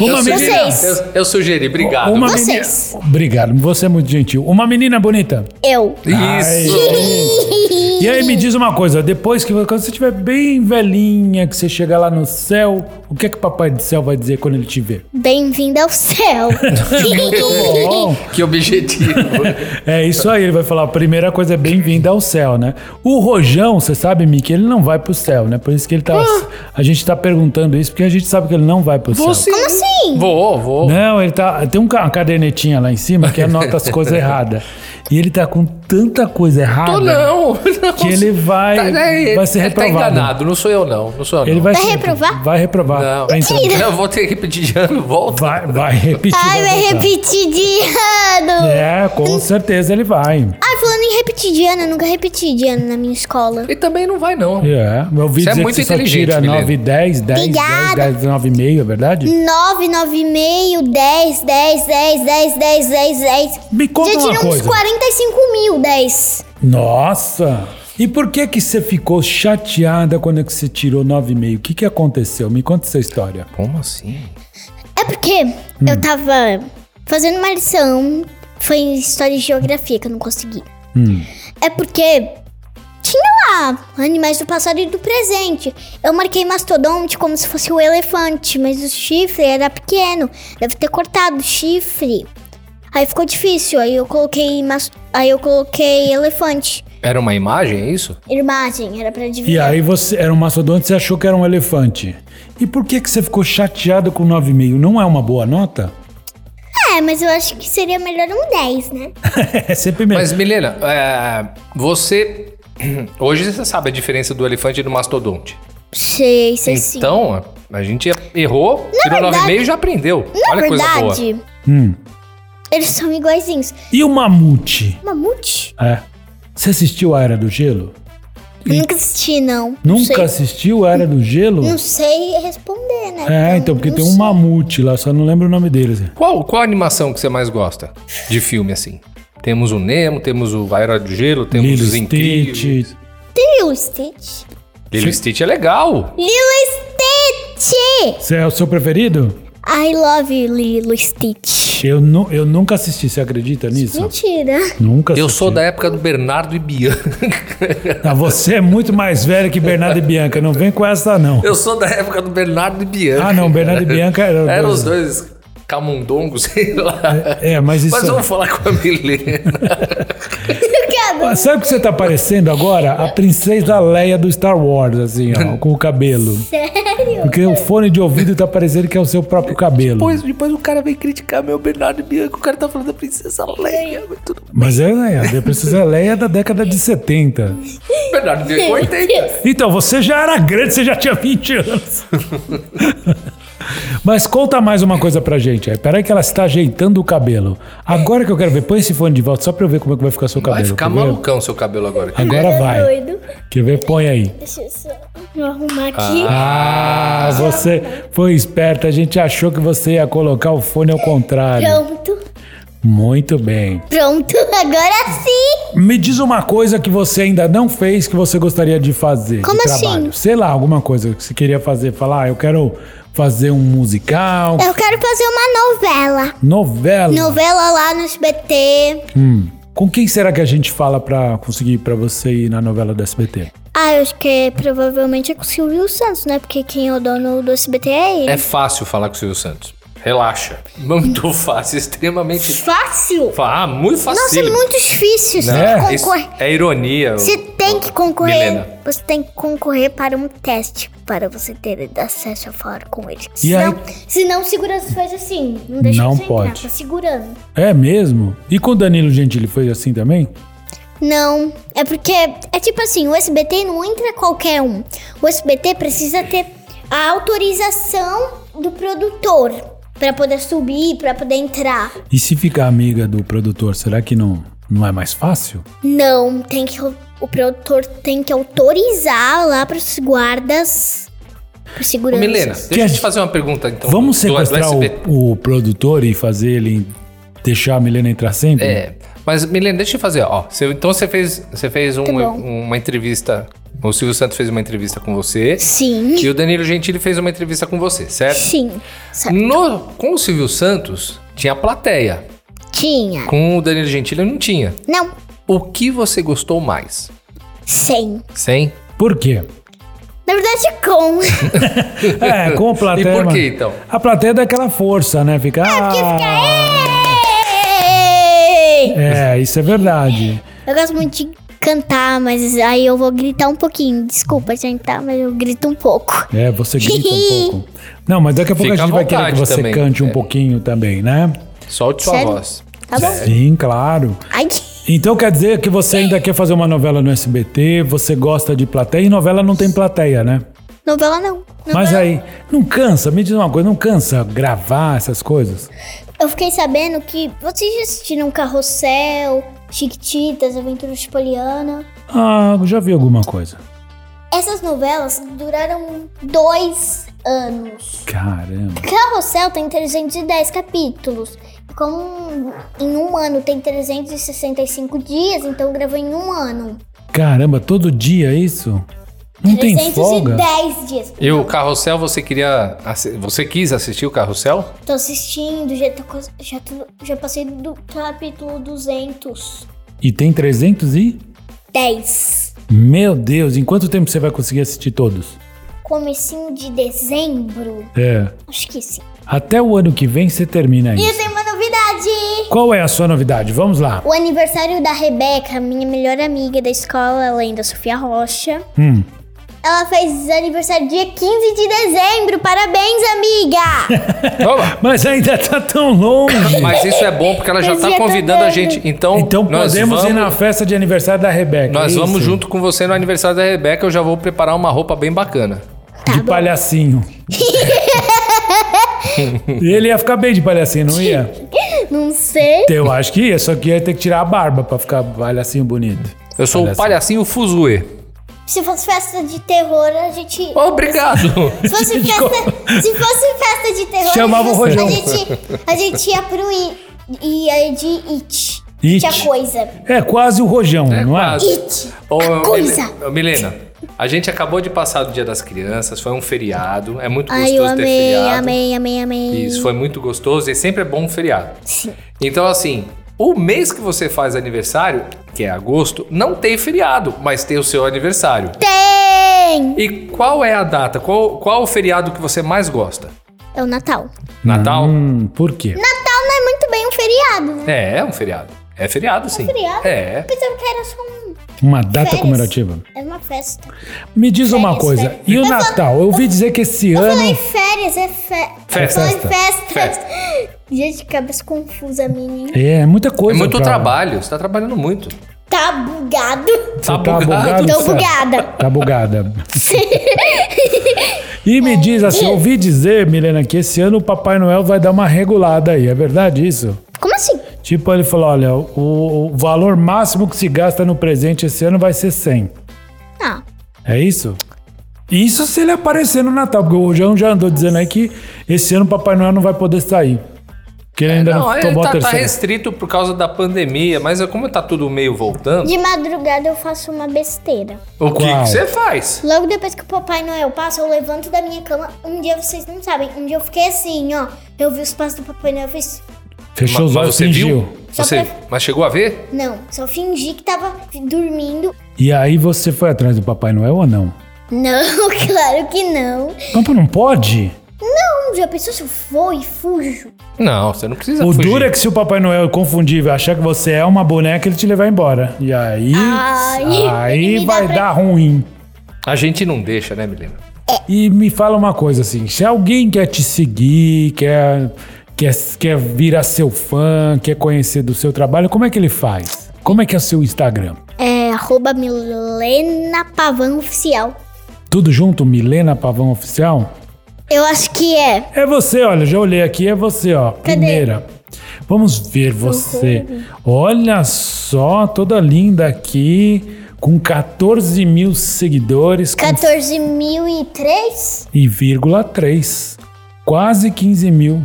A: Uma
B: eu, sugeri,
D: Vocês.
B: eu, eu sugeri, obrigado.
A: Uma
D: Vocês.
A: menina. Obrigado, você é muito gentil. Uma menina bonita.
D: Eu.
B: Isso.
A: E aí me diz uma coisa, depois que quando você estiver bem velhinha, que você chegar lá no céu, o que é que o papai do céu vai dizer quando ele te ver?
D: Bem-vindo ao céu.
A: Bom,
B: Que objetivo.
A: é isso aí, ele vai falar, a primeira coisa é bem-vinda ao céu, né? O Rojão, você sabe, Mi, que ele não vai pro céu, né? Por isso que ele tá.
D: Ah.
A: A gente tá perguntando isso, porque a gente sabe que ele não vai pro céu.
B: Como
D: assim?
B: Vou, vou.
A: Não, ele tá. Tem um ca- uma cadernetinha lá em cima que anota as coisas erradas. E ele tá com tanta coisa errada
B: Tô não, não.
A: né? que ele vai,
B: Tá- é,
A: vai ser
B: ele
A: reprovado.
B: Tá enganado, não sou eu não, não sou eu não.
A: Ele vai,
D: Vai
A: ser-
D: reprovar?
A: Vai reprovar.
B: Não,
A: Tá entrando.
B: eu vou ter que repetir de ano, volta.
A: Vai, vai repetir.
D: Ai, vai
A: voltar.
D: repetir de ano.
A: É, com certeza ele vai.
D: Ai, falando em repetir de ano, eu nunca repeti de ano na minha escola.
B: E também não vai não.
A: É, meu
B: Você
A: vídeo
B: é
A: é
B: muito
A: que você só
B: inteligente,
A: tira
B: Milena.
A: 9, 10, 10, 10,
D: Obrigada. Hum.
A: 10, 9 meio, é verdade?
D: 9, 9,5, 10, 10, 10, 10, 10, 10, 10.
A: Me conta
D: Já
A: uma
D: tinha uns
A: coisa.
D: 45 mil, 10.
A: Nossa! E por que que você ficou chateada quando é que você tirou 9,5? O que que aconteceu? Me conta essa história.
B: Como assim?
D: É porque
A: Hum.
D: eu tava fazendo uma lição, foi em história e geografia que eu não consegui.
A: Hum.
D: É porque tinha lá animais do passado e do presente. Eu marquei mastodonte como se fosse o elefante, mas o chifre era pequeno. Deve ter cortado o chifre. Aí ficou difícil, aí eu coloquei mas... aí eu coloquei elefante.
B: Era uma imagem, é isso?
D: Imagem, era pra
A: E
D: adivinhar.
A: aí você era um mastodonte, você achou que era um elefante. E por que que você ficou chateada com 9,5? Não é uma boa nota?
D: É, mas eu acho que seria melhor um 10, né?
A: é sempre mesmo.
B: Mas, Milena, é, você. Hoje você sabe a diferença do elefante e do mastodonte.
D: Sei, sei sim.
B: Então, a gente errou, tirou
D: verdade-
B: 9,5 e já aprendeu.
D: Na
B: Olha que coisa boa.
D: verdade,
A: Hum.
D: eles são iguaizinhos.
A: E o mamute?
D: Mamute?
A: É. Você assistiu a Era do Gelo?
D: Eu nunca assisti, não. Não
A: Nunca
D: sei.
A: assistiu a Era do Gelo?
D: Não sei responder, né?
A: É, então, porque
D: não
A: tem um
D: sei.
A: mamute lá, só não lembro o nome deles.
B: Qual, qual a animação que você mais gosta de filme assim? Temos o Nemo, temos o Vaira do Gelo, temos
A: Lilo
B: os Incríveis.
A: Stitch.
D: Lilo Stitch.
B: Lilo Stitch é legal.
D: Lilo Stitch!
A: Você é o seu preferido?
D: I love Lilo Stitch.
A: Eu, nu- eu nunca assisti, você acredita nisso?
D: Mentira.
A: Nunca assisti.
B: Eu sou da época do Bernardo e Bianca.
A: Ah, você é muito mais velho que Bernardo e Bianca, não vem com essa não.
B: Eu sou da época do Bernardo e Bianca.
A: Ah, não, Bernardo e Bianca era-
B: Eram os dois camundongos, sei lá.
A: É, mas isso...
B: Mas vamos falar com a Milena.
A: Ah, Sabe o que você tá parecendo agora? A princesa Leia do Star Wars, assim, ó, com o cabelo.
D: Sério?
A: Porque o fone de ouvido tá parecendo que é o seu próprio cabelo.
B: depois, depois o cara vem criticar meu Bernardo e Bianca. O cara tá falando da princesa Leia. mas Tudo...
A: Mas é, né? A princesa Leia é da década de 70.
B: Bernardo e Bianca 80.
A: Então, você já era grande, você já tinha 20 anos. Mas conta mais uma coisa pra gente. aí. Peraí que ela está ajeitando o cabelo. Agora que eu quero ver, põe esse fone de volta só pra eu ver como é que vai ficar seu cabelo.
B: Vai ficar
A: quer ver?
B: malucão seu cabelo agora.
A: Agora vai.
D: é Doido.
A: Quer ver? Põe aí.
D: Deixa eu só me arrumar aqui.
A: Ah, você foi esperta. A gente achou que você ia colocar o fone ao contrário.
D: Pronto.
A: Muito bem.
D: Pronto, agora sim.
A: Me diz uma coisa que você ainda não fez que você gostaria de fazer.
D: Como
A: de
D: assim?
A: trabalho. Sei lá, alguma coisa que você queria fazer. Falar, ah, eu quero fazer um musical,
D: Eu quero fazer uma novela.
A: novela.
D: Novela lá no SBT.
A: Hum. Com quem será que a gente fala pra conseguir pra você ir na novela do SBT?
D: Ah, eu acho que é- provavelmente é com o Silvio Santos, né? Porque quem é o dono do SBT é ele.
B: É fácil falar com o Silvio Santos. Relaxa. Muito fácil, extremamente fácil.
D: fácil.
B: Ah, muito fácil.
D: Nossa, é muito difícil. Você
A: É?
D: tem que
B: Isso
D: concorrer.
B: é ironia.
D: Você tem que concorrer. é
B: Milena.
D: Você tem que concorrer para um teste para você ter acesso a falar com ele.
A: E aí?
D: senão, senão o segurança faz assim. Não deixa
A: Não
D: você
A: pode.
D: entrar, tá segurando.
A: É mesmo? E com o Danilo Gentili foi assim também?
D: Não, é porque é tipo assim, o SBT não entra qualquer um. O SBT precisa ter a autorização do produtor para poder subir, para poder entrar.
A: E se ficar amiga do produtor, será que não, não é mais fácil?
D: Não, tem que o produtor tem que autorizar lá pros guardas, pros
B: Ô,
D: seguranças.
B: Milena, deixa eu
A: Quer-
B: te fazer uma pergunta então.
A: Vamos
B: do- do
A: sequestrar
B: SBT.
A: o, o produtor e fazer ele deixar a Milena entrar sempre?
B: É, mas Milena, deixa eu fazer, ó. Você- então você fez, você fez um-
D: Tá bom.
B: uma entrevista. O Silvio Santos fez uma entrevista com você.
D: Sim.
B: E o Danilo Gentili fez uma entrevista com você, certo?
D: Sim. Sa-
B: No, com o Silvio Santos, tinha plateia.
D: Tinha.
B: Com o Danilo Gentili, não tinha.
D: Não.
B: O que você gostou mais?
D: Sem.
B: Sem?
A: Por quê?
D: Na verdade, com.
A: É, com a plateia.
B: E por
A: mano.
B: que, então?
A: A plateia dá aquela força, né? Fica. "Ah,
D: Ei!
A: É, isso é verdade.
D: eu gosto muito de cantar, mas aí eu vou gritar um pouquinho. Desculpa, gente, tá? Mas eu grito um pouco.
A: É, você grita um pouco. Não, mas daqui a pouco
B: Fica
A: a gente
B: à
A: vai querer que
B: vontade
A: você
B: também.
A: cante um
B: É.
A: pouquinho também, né?
B: Solte sua
D: Sério?
B: voz. É,
D: Tá bom?
A: Sim, claro.
D: Ai.
A: Então quer dizer que você ainda quer fazer uma novela no SBT, você gosta de plateia e novela não tem plateia, né?
D: Novela não. Novela
A: Mas é- aí, não cansa? Me diz uma coisa, não cansa gravar essas coisas?
D: Eu fiquei sabendo que vocês já assistiram um Carrossel, Chiquititas, Aventuras de Poliana.
A: Ah, já vi alguma coisa.
D: Essas novelas duraram dois anos.
A: Caramba.
D: Carrossel tem 310 capítulos. E Como em um ano tem 365 dias, então gravou em um ano.
A: Caramba, todo dia é isso? Não tem folga?
D: 310 dias.
B: E o Carrossel, você queria. assi- Você quis assistir o Carrossel?
D: Tô assistindo, já, tô cons- já, tô- já passei do capítulo 210.
A: E tem 300 e? Meu Deus, em quanto tempo você vai conseguir assistir todos?
D: Comecinho de dezembro?
A: É.
D: Acho que sim.
A: Até o ano que vem você termina aí.
D: E eu tenho uma novidade!
A: Qual é a sua novidade? Vamos lá.
D: O aniversário da Rebeca, minha melhor amiga da escola, além da Sofia Rocha.
A: Hum.
D: Ela fez aniversário dia 15 de dezembro. Parabéns, amiga!
B: Oba!
A: Mas ainda tá tão longe.
B: Mas isso é bom porque ela já
D: Mas
B: tá
D: já tá
B: convidando a
D: dando.
B: gente. Então,
A: Então
B: nós
A: podemos
B: vamos,
A: ir na festa de aniversário da Rebeca.
B: Nós
A: é
B: vamos
A: isso?
B: junto com você no aniversário da Rebeca. Eu já vou preparar uma roupa bem bacana.
A: De palhacinho. E ele ia ficar bem de palhacinho, não ia?
D: Não sei.
A: Eu acho que ia, só que ia ter que tirar a barba pra ficar palhacinho bonito.
B: Eu sou o palhacinho Fuzue.
D: Se fosse festa de terror, a gente.
B: Obrigado!
D: Se fosse, festa, se fosse festa de terror,
A: Chamava
D: a
A: o
D: gente,
A: Rojão.
D: a gente, a gente ia pro I, ia de It.
A: It.
D: Tinha coisa.
A: É quase o rojão, não
B: É
A: é?
B: quase.
D: It.
B: Ô,
D: a coisa.
B: Mile- ô, Milena, a gente acabou de passar do Dia das Crianças, foi um feriado, é muito gostoso
D: Ai, eu
B: ter
D: amei,
B: feriado.
D: amei, amei, amei.
B: Isso, foi muito gostoso e sempre é bom um feriado.
D: Sim.
B: Então, assim, o mês que você faz aniversário, que é agosto, não tem feriado, mas tem o seu aniversário.
D: Tem!
B: E qual é a data? Qual, qual o feriado que você mais gosta?
D: É o Natal.
B: Natal?
A: Hum, por quê?
D: Natal não é muito bem um feriado, né?
B: É, é um feriado. É feriado, sim.
D: feriado?
B: É.
D: Eu pensava que era só um.
A: Uma data
D: Férias.
A: comemorativa.
D: Era uma festa.
A: Me diz uma
D: Férias,
A: coisa,
D: férias.
A: e o
D: Eu falo-
A: Natal? Eu ouvi dizer que esse
D: Foi
A: ano.
D: férias, é fe...
B: Festa.
D: Foi festa.
B: Festa.
D: Gente, cabeça confusa, menina.
A: É, muita
B: É
A: coisa.
B: muito
A: pra-
B: trabalho, você tá trabalhando muito.
D: Tá bugado.
A: Você
B: Tá bugado.
D: Tô
A: certo.
D: bugada.
A: Tá bugada. e me diz assim, eu ouvi dizer, Milena, que esse ano o Papai Noel vai dar uma regulada aí. É verdade isso?
D: Como assim?
A: Tipo, ele falou, olha, o, o valor máximo que se gasta no presente esse ano vai ser 100.
D: Ah,
A: É isso? Isso se ele aparecer no Natal, porque o João já andou dizendo aí que esse ano o Papai Noel não vai poder sair. Que ele ainda não,
B: Não, ele
A: tomou a
B: tá, tá
A: terceira.
B: restrito por causa da pandemia, mas é como tá tudo meio voltando,
D: de madrugada eu faço uma besteira.
B: o que
A: Qual?
B: que você faz?
D: Logo depois que o Papai Noel passa, eu levanto da minha cama. Um dia vocês não sabem. Um dia eu fiquei assim, ó. Eu vi os passos do Papai Noel e fiz.
A: Fechou
B: Ma-
A: os
B: mas
A: olhos,
B: você
A: fingiu.
B: viu?
D: Só
B: Você,
D: pra-
B: Mas chegou a ver?
D: Não, só fingi que tava dormindo.
A: E aí você foi atrás do Papai Noel ou não?
D: Não, claro que não.
A: Pampa não pode?
D: Não, já pensou se eu vou e fujo?
B: Não, você não precisa
A: O
B: fugir.
A: duro é que se o Papai Noel confundível achar que você é uma boneca, ele te levar embora. E aí.
D: Ai, ele
A: aí
D: me dá
A: vai
D: pra-
A: dar ruim.
B: A gente não deixa, né, Milena?
A: E me fala uma coisa assim: se alguém quer te seguir, quer, quer, quer virar seu fã, quer conhecer do seu trabalho, como é que ele faz? Como é que é o seu Instagram?
D: É arroba Milena Pavão Oficial.
A: Tudo junto, Milena Pavão Oficial?
D: Eu acho que é.
A: É você, olha, já olhei aqui, é você, ó. Primeira. Vamos ver você. Olha só, toda linda aqui, com 14 mil seguidores com
D: 14.003.
A: e vírgula 3. Quase 15 mil.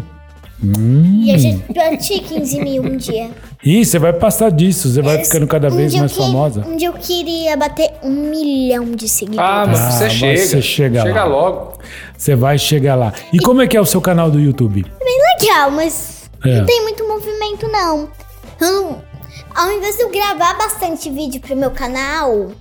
D: E a
A: Hum.
D: gente bati 15 mil um dia.
A: Ih, você vai passar disso, você vai ficando cada
D: Um
A: vez
D: dia eu
A: mais
D: que-
A: famosa.
D: Um dia eu queria bater um milhão de
B: Ah,
D: seguidores.
B: mas
A: Ah,
B: você
A: mas
B: chega.
A: você chega lá.
B: logo.
A: Você vai chegar lá. E como é que é o seu canal do YouTube?
D: Bem legal, mas
A: É.
D: não tem muito movimento, não. Eu não- Ao invés de eu gravar bastante vídeo pro meu canal,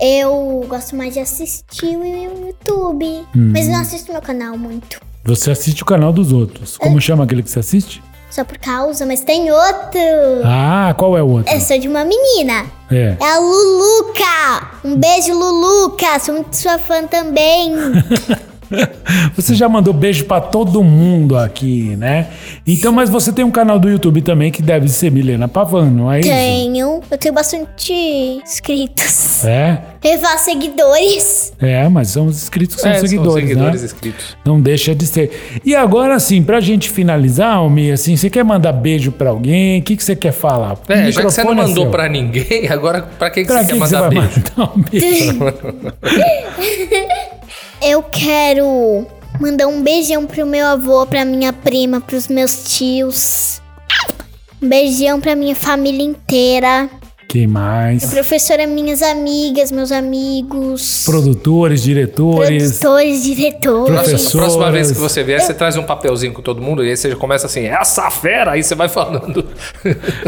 D: eu gosto mais de assistir o YouTube. Mas eu não assisto meu canal muito.
A: Você assiste o canal dos outros. Como chama aquele que você assiste?
D: Só por causa, mas tem outro.
A: Ah, qual é o outro?
D: Eu sou de uma menina.
A: É.
D: É a Luluca! Um beijo, Luluca! Sou muito sua fã também.
A: Você já mandou beijo pra todo mundo aqui, né? Então, mas você tem um canal do YouTube também que deve ser Milena Pavan, não é isso?
D: Tenho. Eu tenho bastante inscritos.
A: É,
D: Eu faço seguidores.
A: é, mas são os inscritos, são
B: É,
A: seguidores,
B: são seguidores
A: né?
B: inscritos.
A: Não deixa de ser. E agora, assim, pra gente finalizar, Almi, assim, você quer mandar beijo pra alguém? O que, que você quer falar? O
B: É, já que você não
A: microfone é
B: mandou
A: seu.
B: pra ninguém, agora pra que, que
A: Pra
B: você
A: que, que
B: quer
A: você
B: mandar
A: vai
B: beijo?
A: mandar um beijo?
D: Eu quero mandar um beijão pro meu avô, pra minha prima, pros meus tios. Um beijão pra minha família inteira.
A: Quem mais?
D: Professora, minhas amigas, meus amigos.
A: Produtores, diretores.
D: Produtores, diretores.
A: Professor.
B: Próxima, próxima vez que
A: Professoras.
B: você vier, você traz um papelzinho com todo mundo e aí você já começa assim, essa fera, aí você vai falando.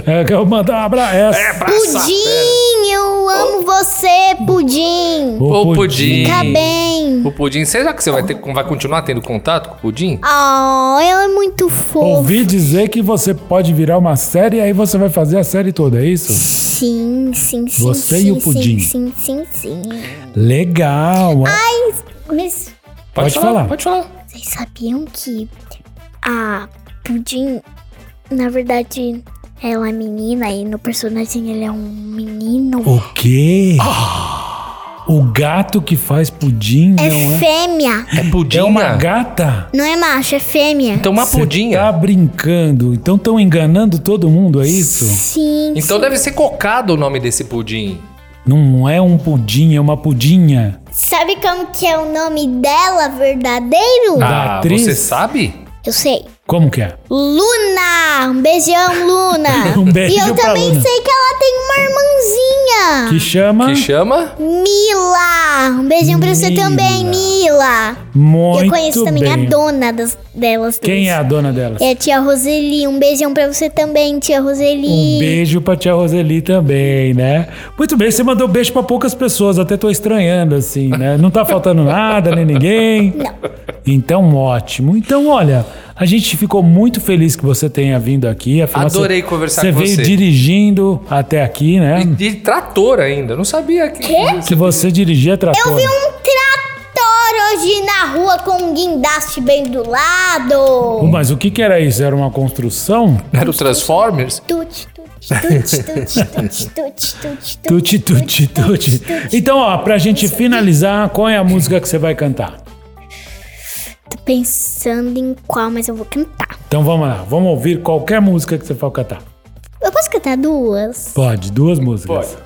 A: É, quero mandar um abraço.
B: É pra essa fera.
D: Pudim, eu amo você, Pudim.
B: Ô, Pudim.
D: Tá bem.
B: O Pudim, será que você vai, ter, vai continuar tendo contato com o Pudim?
D: Oh, ela é muito fofa.
A: Ouvi dizer que você pode virar uma série e aí você vai fazer a série toda, é isso?
D: Sim, sim, sim.
A: Você
D: sim,
A: e o Pudim.
D: Sim, sim, sim. sim.
A: Legal. é?
D: Mas
A: Pode falar.
B: Pode falar.
D: vocês sabiam que a Pudim, na verdade, ela é menina e no personagem ele é um menino?
A: O quê? O gato que faz pudim
D: Ah. É
A: não é?
D: fêmea.
B: É Pudim,
A: É uma gata?
D: Não é macho, é fêmea.
B: Então uma
A: Cê
B: Pudinha.
A: Tá brincando. Então estão enganando todo mundo, é isso?
D: Sim.
B: Então deve ser cocado o nome desse Pudim.
A: Não é um pudim, é uma pudinha.
D: Sabe como que é o nome dela verdadeiro?
A: Da
B: ah,
A: atriz?
B: você sabe?
D: Eu sei.
A: Como que é?
D: Luna! Um beijão, Luna!
A: Um beijo
D: e eu
A: pra
D: também
A: Luna.
D: sei que ela tem uma irmãzinha!
A: Que chama?
B: Que chama?
D: Mila! Um beijão pra você
A: Mila.
D: também, Mila!
A: Muito
D: e eu conheço também
A: bem.
D: a dona das, delas.
A: Quem é
D: duas.
A: a dona dela?
D: É a tia Roseli. Um beijão pra você também, tia Roseli.
A: Um beijo pra tia Roseli também, né? Muito bem, você mandou beijo pra poucas pessoas, até tô estranhando assim, né? Não tá faltando nada, nem ninguém. Não. Então, ótimo. Então, olha, a gente ficou muito feliz que você tenha vindo aqui. Afinal,
B: Adorei
A: você,
B: conversar
A: você
B: com
A: veio
B: você.
A: dirigindo até aqui, né?
B: E, e trator ainda. Não sabia que.
A: Que você dirigia trator.
D: Eu vi um trator hoje na rua com um guindaste bem do lado.
A: Mas o que que era isso? Era uma construção?
B: Era o Né, Transformers?
D: Tut, tut, tut, tut, tut, tut, tut, tut.
A: Tuti, tuti, tuti. Então, ó, pra gente finalizar, qual é a música que você vai cantar?
D: Tô pensando em qual, mas eu vou cantar.
A: Então vamos lá, vamos ouvir qualquer música que você for cantar.
D: Eu posso cantar duas?
A: Pode, duas músicas.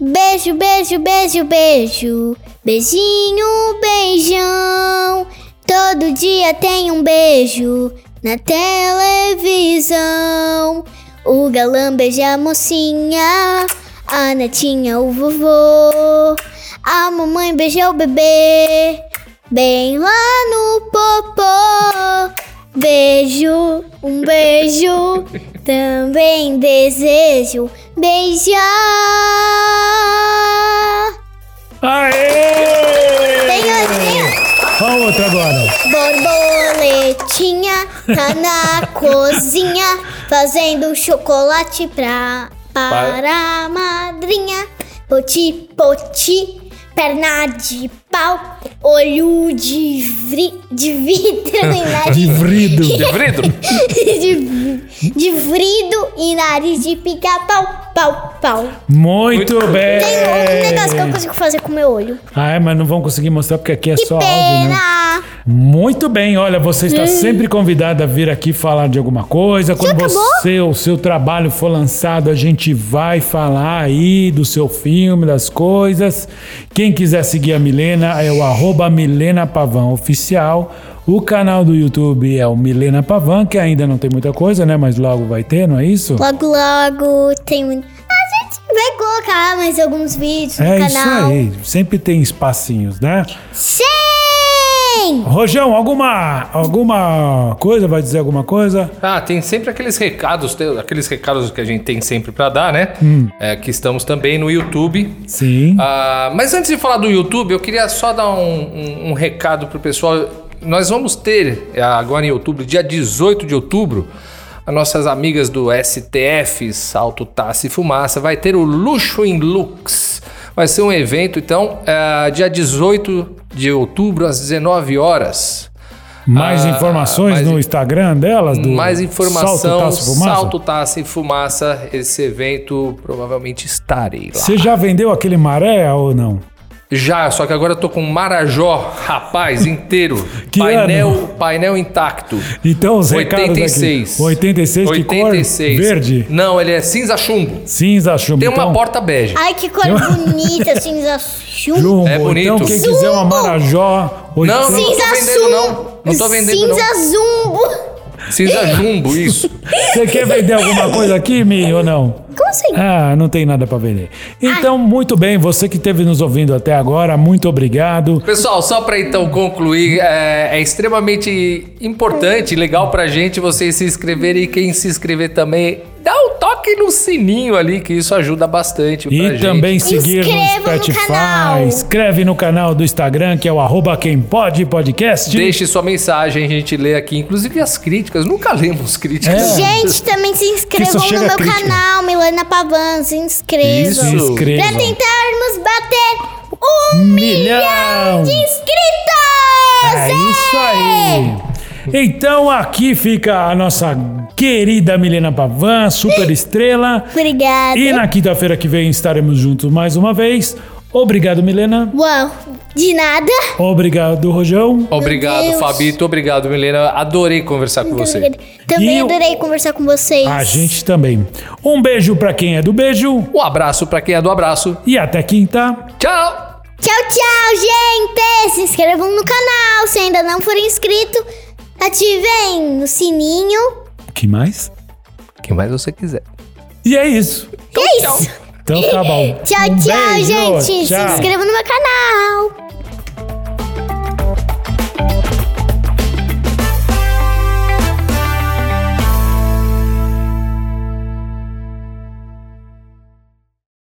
D: Beijo, beijo, beijo, beijo. Beijinho, beijão. Todo dia tem um beijo na televisão. O galã beija a mocinha, a netinha o vovô. A mamãe beija o bebê, bem lá no popô. Beijo, um beijo, também desejo beijar.
A: Aê!
D: Tenho assim,
A: Qual a outra agora?
D: Borboletinha tá na cozinha fazendo chocolate pra para a madrinha. Poti, poti, perna de pau, olho de, vri, de vidro e
A: De
D: nariz
A: vrido.
B: Devrido?
D: de, de vrido e nariz de pica-pau, pau, pau.
A: Muito bem.
D: Tem um
A: É.
D: negócio que eu consigo fazer com meu olho.
A: Ah, é, mas não vão conseguir mostrar porque aqui é
D: Que
A: só áudio, né?
D: pena!
A: Muito bem, olha, você
D: Hum.
A: está sempre convidada a vir aqui falar de alguma coisa. Quando
D: acabou?
A: você, o seu trabalho for lançado, a gente vai falar aí do seu filme, das coisas. Quem quiser seguir a Milena é o arroba Milena Pavan Oficial. O canal do YouTube é o Milena Pavan, que ainda não tem muita coisa, né? Mas logo vai ter, não é isso?
D: Logo, logo tem muito. A gente vai colocar mais alguns vídeos no
A: é
D: canal.
A: isso aí. Sempre tem espacinhos, né?
D: Sim!
A: Rojão, alguma, alguma coisa? Vai dizer alguma coisa?
B: Ah, tem sempre aqueles recados, tem aqueles recados que a gente tem sempre pra dar, né? É, que estamos também no YouTube.
A: Sim.
B: Ah, mas antes de falar do YouTube, eu queria só dar um, um- um recado pro pessoal. Nós vamos ter eh, agora em outubro, dia 18 de outubro, as nossas amigas do STF, Salto, Taça e Fumaça, vai ter o Luxo em Lux. Vai Vai ser um evento, então, é, dia 18 de outubro, às 19 horas.
A: Mais
B: Ah,
A: informações
B: mais
A: no
B: in-
A: Instagram delas? Do
B: Mais informação,
A: Salto, Taço, Fumaça?
B: Salto, Taça e Fumaça. Esse evento provavelmente estarei lá.
A: Você já vendeu aquele maré ou não?
B: Já, só que agora eu tô com um Marajó, rapaz, inteiro.
A: Que
B: painel,
A: ano?
B: painel intacto.
A: Então, os recados
B: 86.
A: aqui. 86. 86, que cor? Verde?
B: Não, ele é cinza chumbo.
A: Cinza, chumbo.
B: Tem uma
A: Então,
B: porta bege.
D: Ai, que cor bonita, cinza chumbo.
A: Jumbo.
B: É bonito.
A: Então, quem
D: Zumbo.
A: quiser uma Marajó...
B: Não, não.
A: 80.
D: Cinza
B: vendendo,
D: zum-
B: não. Não tô vendendo,
D: Cinza
B: não.
D: zumbo.
B: Cinza jumbo, isso.
A: Você quer vender alguma coisa aqui, Mi, ou não?
D: Como assim?
A: Ah, não tem nada pra vender. Então, muito bem, você que esteve nos ouvindo até agora, muito obrigado.
B: Pessoal, só para então concluir, é, é extremamente importante, legal pra gente vocês se inscreverem e quem se inscrever também, dá um toque no sininho ali, que isso ajuda bastante pra
A: E
B: gente.
A: também seguir no
D: Inscreva no
A: Spotify.
D: canal.
A: Inscreve no canal do Instagram, que é o arroba quem pode podcast.
B: Deixe sua mensagem, a gente lê aqui, inclusive as críticas. Nunca lemos críticas.
A: É.
D: Gente, também se inscrevam no
A: chega
D: meu
A: crítica.
D: canal, Milana Pavan, se
A: Se
D: inscrevam.
B: Isso.
A: inscreva.
D: Pra tentarmos bater um
A: Hum. Milhão!
D: de inscritos!
A: É isso aí! Então aqui fica a nossa querida Milena Pavan, super estrela.
D: Obrigada.
A: E na quinta-feira que vem estaremos juntos mais uma vez. Obrigado, Milena.
D: Uau, de nada.
A: Obrigado, Rojão.
B: Obrigado,
D: Deus.
B: Fabito. Obrigado, Milena. Adorei conversar com você.
D: Também
A: E o-
D: adorei conversar com vocês.
A: A gente também. Um beijo pra quem é do beijo
B: Um abraço pra quem é do abraço.
A: e até quinta.
B: Tchau!
D: Tchau, tchau, gente! Se inscrevam no canal, se ainda não for inscrito, ativem o sininho.
A: Que mais?
B: Quem mais você quiser.
A: E é isso.
D: E é isso.
A: Então tá bom.
D: Tchau,
A: Um
D: tchau,
A: beijo.
D: gente! Se
A: Tchau.
D: inscrevam no meu canal.